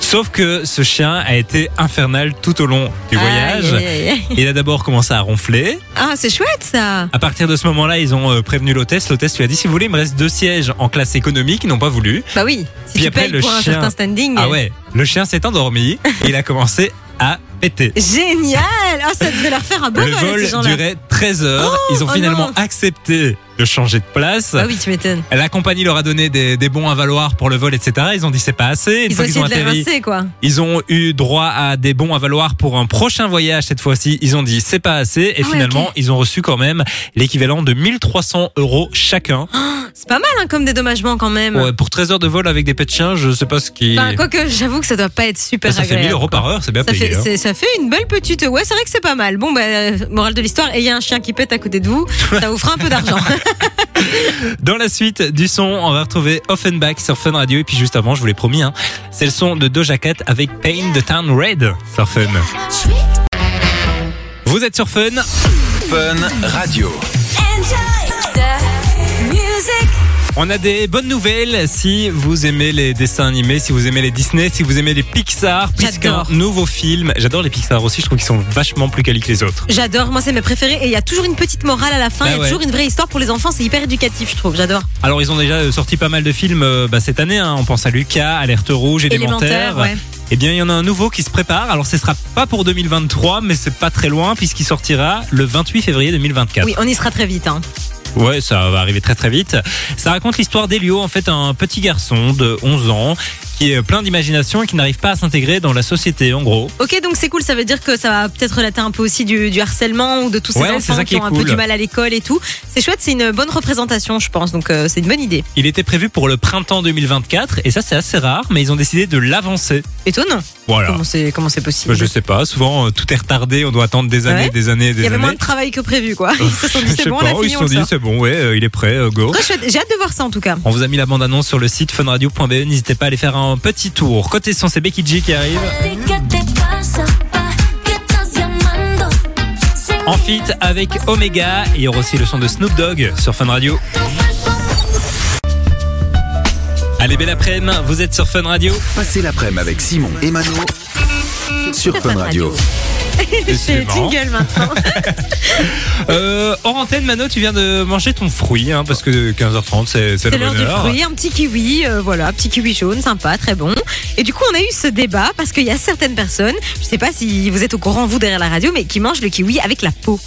S1: Sauf que ce chien a été infernal tout au long du voyage.
S3: Aïe, aïe, aïe.
S1: Il a d'abord commencé à ronfler.
S3: Ah, c'est chouette ça.
S1: À partir de ce moment-là, ils ont euh, prévenu l'hôtesse. L'hôtesse lui a dit si vous voulez, il me reste deux sièges en classe économique. Ils n'ont pas voulu.
S3: Bah oui. Si
S1: Puis
S3: tu
S1: après,
S3: payes
S1: le
S3: pour un
S1: chien.
S3: certain standing.
S1: Ah ouais, le chien s'est endormi et il a commencé à péter.
S3: Génial. Ah, ça devait leur faire un beau
S1: Le
S3: vol à ces
S1: vol
S3: gens-là.
S1: durait 13 heures. ils ont
S3: oh
S1: finalement
S3: non.
S1: accepté de changer de place.
S3: Bah oui, tu m'étonnes.
S1: La compagnie leur a donné des, des bons à valoir pour le vol, etc. Ils ont dit c'est pas assez. Une
S3: Ils ont
S1: fois qu'ils
S3: essayé
S1: ont
S3: de les
S1: atterri,
S3: rincer quoi.
S1: Ils ont eu droit à des bons à valoir pour un prochain voyage cette fois-ci. Ils ont dit c'est pas assez et
S3: Ah ouais,
S1: finalement ils ont reçu quand même l'équivalent de 1300 euros chacun.
S3: C'est pas mal hein, comme dédommagement quand même.
S1: Ouais, pour 13 heures de vol avec des pets de chiens, je sais pas ce qui. Bah,
S3: Enfin, quoique, j'avoue que ça doit pas être super
S1: Ah, ça fait
S3: Bah, agréable.
S1: 1000 euros par heure, c'est bien
S3: Ça
S1: payé.
S3: fait,
S1: hein.
S3: c'est- ça fait une belle petite. Ouais, c'est vrai que c'est pas mal. Bon, bah, euh, morale de l'histoire, ayez un chien qui pète à côté de vous, ça vous fera un peu d'argent.
S1: Dans la suite du son, on va retrouver Offenbach sur Fun Radio et puis juste avant, je vous l'ai promis, hein, c'est le son de Doja Cat avec Pain the Town Red sur Fun. Vous êtes sur Fun
S4: Fun Radio.
S2: Enjoy the music.
S1: On a des bonnes nouvelles si vous aimez les dessins animés, si vous aimez les Disney, si vous aimez les Pixar, puisqu'un
S3: J'adore.
S1: nouveau film. J'adore les Pixar aussi, je trouve qu'ils sont vachement plus quali que les autres.
S3: J'adore, moi c'est mes préférés. Et il y a toujours une petite morale à la fin,
S1: Bah
S3: il y a
S1: ouais.
S3: toujours une vraie histoire pour les enfants, c'est hyper éducatif, je trouve. J'adore.
S1: Alors ils ont déjà euh, sorti pas mal de films euh, bah, cette année, hein. on pense à Lucas, Alerte Rouge, Élémentaire.
S3: Élémentaire, ouais.
S1: Eh bien il y en a un nouveau qui se prépare, alors ce sera pas pour 2023, mais c'est pas très loin puisqu'il sortira le 28 février 2024.
S3: Oui, on y sera très vite. Hein.
S1: Ouais, ça va arriver très très vite. Ça raconte l'histoire d'Elio, en fait un petit garçon de 11 ans qui est plein d'imagination et qui n'arrive pas à s'intégrer dans la société en gros.
S3: Ok, donc c'est cool, ça veut dire que ça va peut-être relater un peu aussi du, du harcèlement ou de tous ces
S1: Ouais, c'est
S3: enfants
S1: ça qui
S3: qui,
S1: est
S3: ont un
S1: cool.
S3: peu du mal à l'école et tout. C'est chouette, c'est une bonne représentation, je pense, donc euh, c'est une bonne idée.
S1: Il était prévu pour le printemps 2024 et ça c'est assez rare, mais ils ont décidé de l'avancer.
S3: Étonnant,
S1: Voilà.
S3: comment c'est comment c'est
S1: Bah,
S3: possible.
S1: je sais pas, souvent euh, tout est retardé, on doit attendre des années,
S3: Ouais.
S1: des années,
S3: il y
S1: des
S3: avait moins
S1: années.
S3: de travail que prévu, quoi. Ils se sont dit,
S1: Je
S3: c'est
S1: sais
S3: bon, on
S1: pas,
S3: a
S1: ils
S3: fini,
S1: se
S3: on
S1: sont
S3: le
S1: dit
S3: sort.
S1: c'est bon, ouais, euh, il est prêt, euh, go.
S3: Très chouette, j'ai hâte de voir ça en tout cas.
S1: On vous a mis la bande-annonce sur le site funradio.be, n'hésitez pas à aller faire un petit tour. Côté son, c'est Becky G qui arrive.
S2: Di que te pasa, pa, que estás llamando. Sin
S1: En fit avec Omega, et il y aura aussi le son de Snoop Dogg sur Fun Radio. Allez, belle après-midi, vous êtes sur Fun Radio.
S4: Passez l'après-midi avec Simon et Mano sur Fun Radio.
S3: C'est le
S1: marrant.
S3: jingle maintenant.
S1: Euh, hors antenne, Mano, tu viens de manger ton fruit, hein, parce que 15h30, c'est c'est
S3: C'est
S1: le
S3: l'heure du
S1: bonheur.
S3: fruit, un petit kiwi, euh, voilà, petit kiwi jaune, sympa, très bon. Et du coup, on a eu ce débat parce qu'il y a certaines personnes, je sais pas si vous êtes au courant, vous derrière la radio, mais qui mangent le kiwi avec la peau.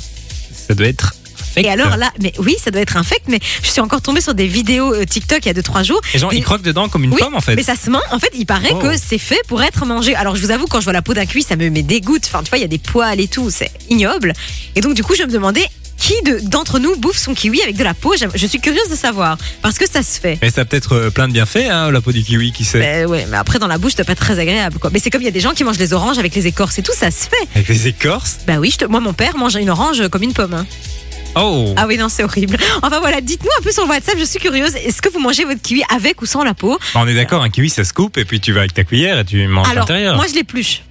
S1: Ça doit être.
S3: Et alors là, mais oui, ça doit être infect, mais je suis encore tombée sur des vidéos euh, TikTok il y a 2-3 jours.
S1: Les gens, ils
S3: Des-
S1: croquent dedans comme une
S3: oui,
S1: pomme, en fait.
S3: Mais ça se ment. En fait, il paraît
S1: Oh.
S3: que c'est fait pour être mangé. Alors, je vous avoue, quand je vois la peau d'un cuit, ça me met dégoûte. Enfin, tu vois, il y a des poils et tout. C'est ignoble. Et donc, du coup, je me demandais qui de- d'entre nous bouffe son kiwi avec de la peau. J'aime- Je suis curieuse de savoir. Parce que ça se fait.
S1: Mais ça a peut-être euh, plein de bienfaits, hein, la peau du kiwi, qui sait.
S3: Ben ouais, mais après dans la bouche, ça doit pas être très agréable quoi. Mais c'est comme il y a des gens qui mangent les oranges avec les écorces et tout, ça se fait.
S1: Avec les écorces.
S3: Bah oui, je te- moi mon père mange une orange comme une pomme. hein.
S1: Oh
S3: Ah oui, non, c'est horrible. Enfin voilà, dites-nous un peu sur le WhatsApp, je suis curieuse. Est-ce que vous mangez votre kiwi avec ou sans la peau
S1: Bah, On est d'accord, un kiwi, ça se coupe, et puis tu vas avec ta cuillère et tu manges à
S3: Alors,
S1: l'intérieur.
S3: moi je l'épluche.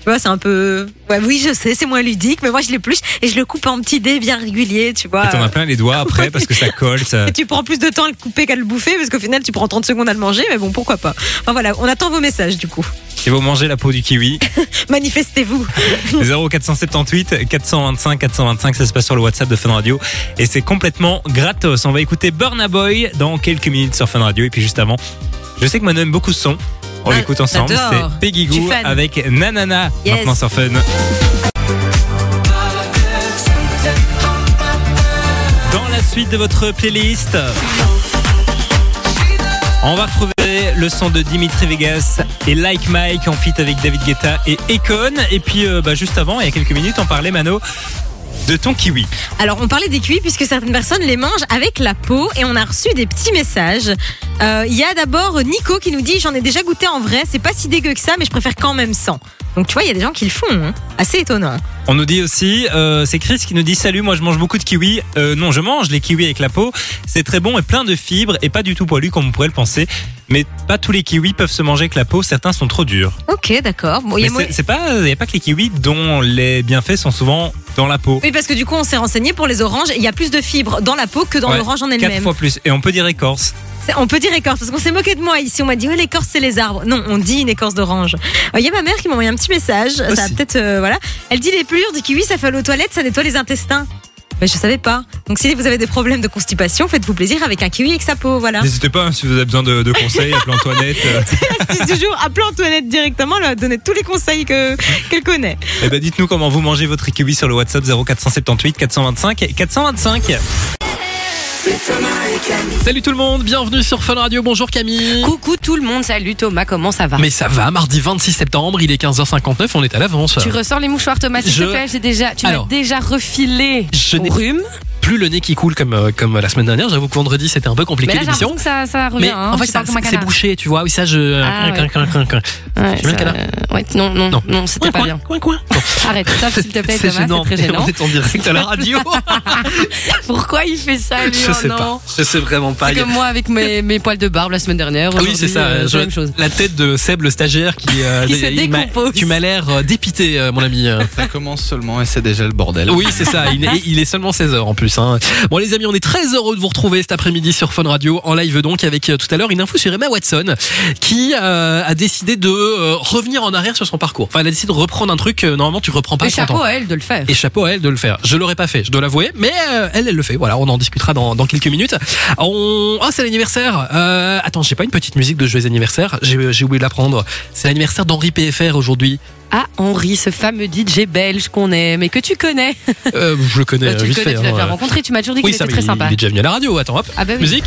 S3: Tu vois, c'est un peu. Ouais, oui, je sais, c'est moins ludique, mais moi je l'épluche et je le coupe en petits dés bien réguliers, tu vois.
S1: Et t'en as plein les doigts après, parce que ça colle, ça...
S3: Et tu prends plus de temps à le couper qu'à le bouffer, parce qu'au final, tu prends 30 secondes à le manger, mais bon, pourquoi pas. Enfin voilà, on attend vos messages du coup.
S1: Si vous mangez la peau du kiwi,
S3: Manifestez-vous.
S1: 0478 425 425, ça se passe sur le WhatsApp de Fun Radio. Et c'est complètement gratos. On va écouter Burna Boy dans quelques minutes sur Fun Radio. Et puis juste avant, je sais que Manon aime beaucoup ce son. On
S3: Ah,
S1: l'écoute ensemble.
S3: j'adore.
S1: C'est Peggy
S3: Je suis
S1: Goo
S3: fan.
S1: avec Nanana
S3: Yes.
S1: maintenant sur Fun.
S10: suite de votre playlist. On va retrouver le son de Dimitri Vegas et Like Mike en feat avec David Guetta et Econ. Et puis euh, bah, juste avant, il y a quelques minutes, on parlait Mano de ton kiwi.
S3: Alors, on parlait des kiwis puisque certaines personnes les mangent avec la peau et on a reçu des petits messages. Euh, Il y a d'abord Nico qui nous dit J'en ai déjà goûté en vrai, c'est pas si dégueu que ça, mais je préfère quand même sans. Donc, tu vois, il y a des gens qui le font. hein. Assez étonnant.
S10: On nous dit aussi, euh, c'est Chris qui nous dit salut, moi je mange beaucoup de kiwis. Euh, non, je mange les kiwis avec la peau. C'est très bon et plein de fibres et pas du tout poilu comme on pourrait le penser. Mais pas tous les kiwis peuvent se manger avec la peau. Certains sont trop durs.
S3: Ok, d'accord. Bon, il
S10: Mais
S3: y a mo-
S10: c'est- c'est pas, il n'y a pas que les kiwis dont les bienfaits sont souvent dans la peau.
S3: Oui, parce que du coup, on s'est renseigné pour les oranges. Il y a plus de fibres dans la peau que dans
S10: Ouais,
S3: l'orange en
S10: Quatre
S3: elle-même.
S10: fois plus. Et on peut dire écorce.
S3: C'est- On peut dire écorce, parce qu'on s'est moqué de moi ici. On m'a dit, ouais, l'écorce, c'est les arbres. Non, on dit une écorce d'orange. Euh, Il y a ma mère qui m'a envoyé un petit message. Ça a
S10: Aussi.
S3: peut-être. euh, voilà. Elle dit, les pelures du kiwi, ça fait aller aux toilettes, ça nettoie les intestins. Mais je savais pas. Donc si vous avez des problèmes de constipation, faites-vous plaisir avec un kiwi avec sa peau, voilà.
S10: N'hésitez pas hein, si vous avez besoin de, de conseils, appelez Antoinette. Euh,
S3: C'est toujours appelez Antoinette directement, elle va donner tous les conseils que- qu'elle connaît.
S10: Eh ben, dites-nous comment vous mangez votre kiwi sur le WhatsApp 0478 425 et 425.
S1: Salut tout le monde, bienvenue sur Fun Radio, bonjour Camille
S9: Coucou tout le monde, salut Thomas, comment ça va
S1: Mais ça va, mardi 26 septembre, il est 15h59, on est à l'avance. Euh,
S9: Tu ressors les mouchoirs Thomas, s'il
S1: Je-
S9: te plaît, j'ai déjà, tu
S1: Alors.
S9: m'as déjà refilé
S1: Je
S9: au
S1: n'ai
S9: rhume,
S1: plus le nez qui coule comme, euh, comme la semaine dernière, j'avoue que vendredi c'était un peu
S9: mais
S1: compliqué
S9: là j'ai
S1: l'émission.
S9: l'impression que ça, ça revient.
S1: Mais
S9: hein,
S1: en
S9: je
S1: fait,
S9: sais pas
S1: ça-
S9: comme un
S1: c'est
S9: canard.
S1: bouché, tu vois. Oui, ça, je.
S9: Ah,
S1: Coin,
S9: ouais.
S1: coin, coin, coin.
S9: Ouais,
S1: J'ai mis le
S9: ça- euh, ouais, non, non,
S1: Non.
S9: non, c'était pas
S1: Coin,
S9: bien.
S1: coin, coin.
S9: Arrête, stop s'il te plaît
S1: C'est
S9: Thomas,
S1: gênant.
S9: c'est très gênant.
S1: On
S9: Oh
S1: est en direct à la radio.
S9: Pourquoi il fait ça lui
S1: je
S9: oh
S1: sais
S9: non
S1: pas. Je sais vraiment pas.
S9: C'est
S1: Il y a-
S9: comme moi avec mes, mes poils de barbe la semaine dernière.
S1: Ah Oui,
S9: aujourd'hui,
S1: c'est ça.
S9: euh,
S1: je-
S9: la même chose.
S1: La tête de Seb, le stagiaire, qui. euh,
S9: Qui se
S1: il m'a-
S9: décompose.
S1: Tu m'as l'air euh, dépité, euh, mon ami. euh.
S4: Ça commence seulement et c'est déjà le bordel.
S1: Oui, c'est ça. Il est, il est seulement 16h en plus. hein. Bon, les amis, on est très heureux de vous retrouver cet après-midi sur Fun Radio, en live donc, avec euh, tout à l'heure une info sur Emma Watson, qui euh, a décidé de euh, revenir en arrière sur son parcours. Enfin, elle a décidé de reprendre un truc. euh, normalement, tu reprends pas
S9: Et
S1: quand
S9: chapeau à elle de le faire.
S1: Et chapeau à elle de le faire. Je l'aurais pas fait, je dois l'avouer, mais euh, elle, elle le fait. Voilà, on en discutera dans, dans quelques minutes. On... Ah, c'est l'anniversaire. Euh, attends, j'ai pas une petite musique de joyeux anniversaire. J'ai j'ai oublié de la prendre. C'est l'anniversaire d'Henri PFR aujourd'hui.
S9: Ah Henri, ce fameux DJ belge qu'on aime et que tu connais.
S1: Euh, je le connais
S9: Bah, tu le
S1: vite fait.
S9: connais, tu l'as
S1: hein.
S9: déjà rencontré, tu m'as toujours dit
S1: Oui,
S9: qu'il
S1: ça,
S9: était
S1: mais
S9: très
S1: il-
S9: sympa.
S1: il est déjà venu à la radio. Attends, hop.
S9: Ah bah oui.
S1: Musique.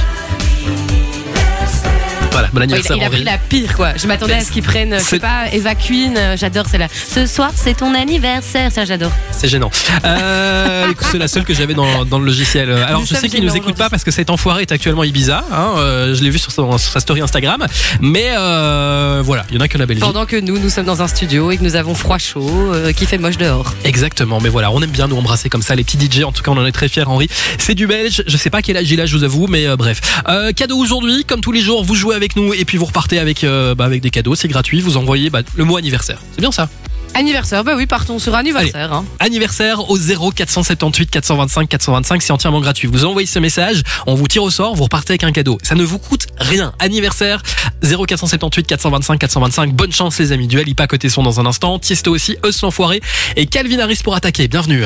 S1: Voilà, bon
S9: Bon, il,
S1: anniversaire,
S9: a- il a
S1: Henri.
S9: pris la pire quoi. Je m'attendais à ce qu'ils prennent, je
S1: C'est-
S9: sais pas, Eva Queen, euh, j'adore celle-là. Ce soir, c'est ton anniversaire, ça j'adore.
S1: C'est gênant. Euh, écoute, c'est la seule que j'avais dans, dans le logiciel. Alors,
S9: Nous
S1: je sais
S9: sommes
S1: qu'il nous
S9: gênants
S1: écoute pas
S9: aujourd'hui.
S1: parce que cet enfoiré est actuellement à Ibiza. hein, euh, je l'ai vu sur, son- sur sa story Instagram. Mais euh, voilà, il y en a que la Belgique.
S9: Pendant que nous, nous sommes dans un studio et que nous avons froid chaud, euh, qui fait moche dehors.
S1: Exactement, mais voilà, on aime bien nous embrasser comme ça, les petits DJ, en tout cas on en est très fiers Henri. C'est du belge, je sais pas quel âge il a, je vous avoue, mais euh, bref. Euh, cadeau aujourd'hui, comme tous les jours, vous jouez avec nous et puis vous repartez avec, euh, bah, avec des cadeaux, c'est gratuit, vous envoyez bah, le mot anniversaire. C'est bien ça
S9: Anniversaire, bah oui, partons sur anniversaire. hein.
S1: Anniversaire au 0 478 425 425, c'est entièrement gratuit. Vous envoyez ce message, on vous tire au sort, vous repartez avec un cadeau. Ça ne vous coûte rien. Anniversaire 0 478 425 425. Bonne chance les amis, duel, Ipa côté son dans un instant, Tiesto aussi, Eus l'enfoiré et Calvin Harris pour attaquer. Bienvenue.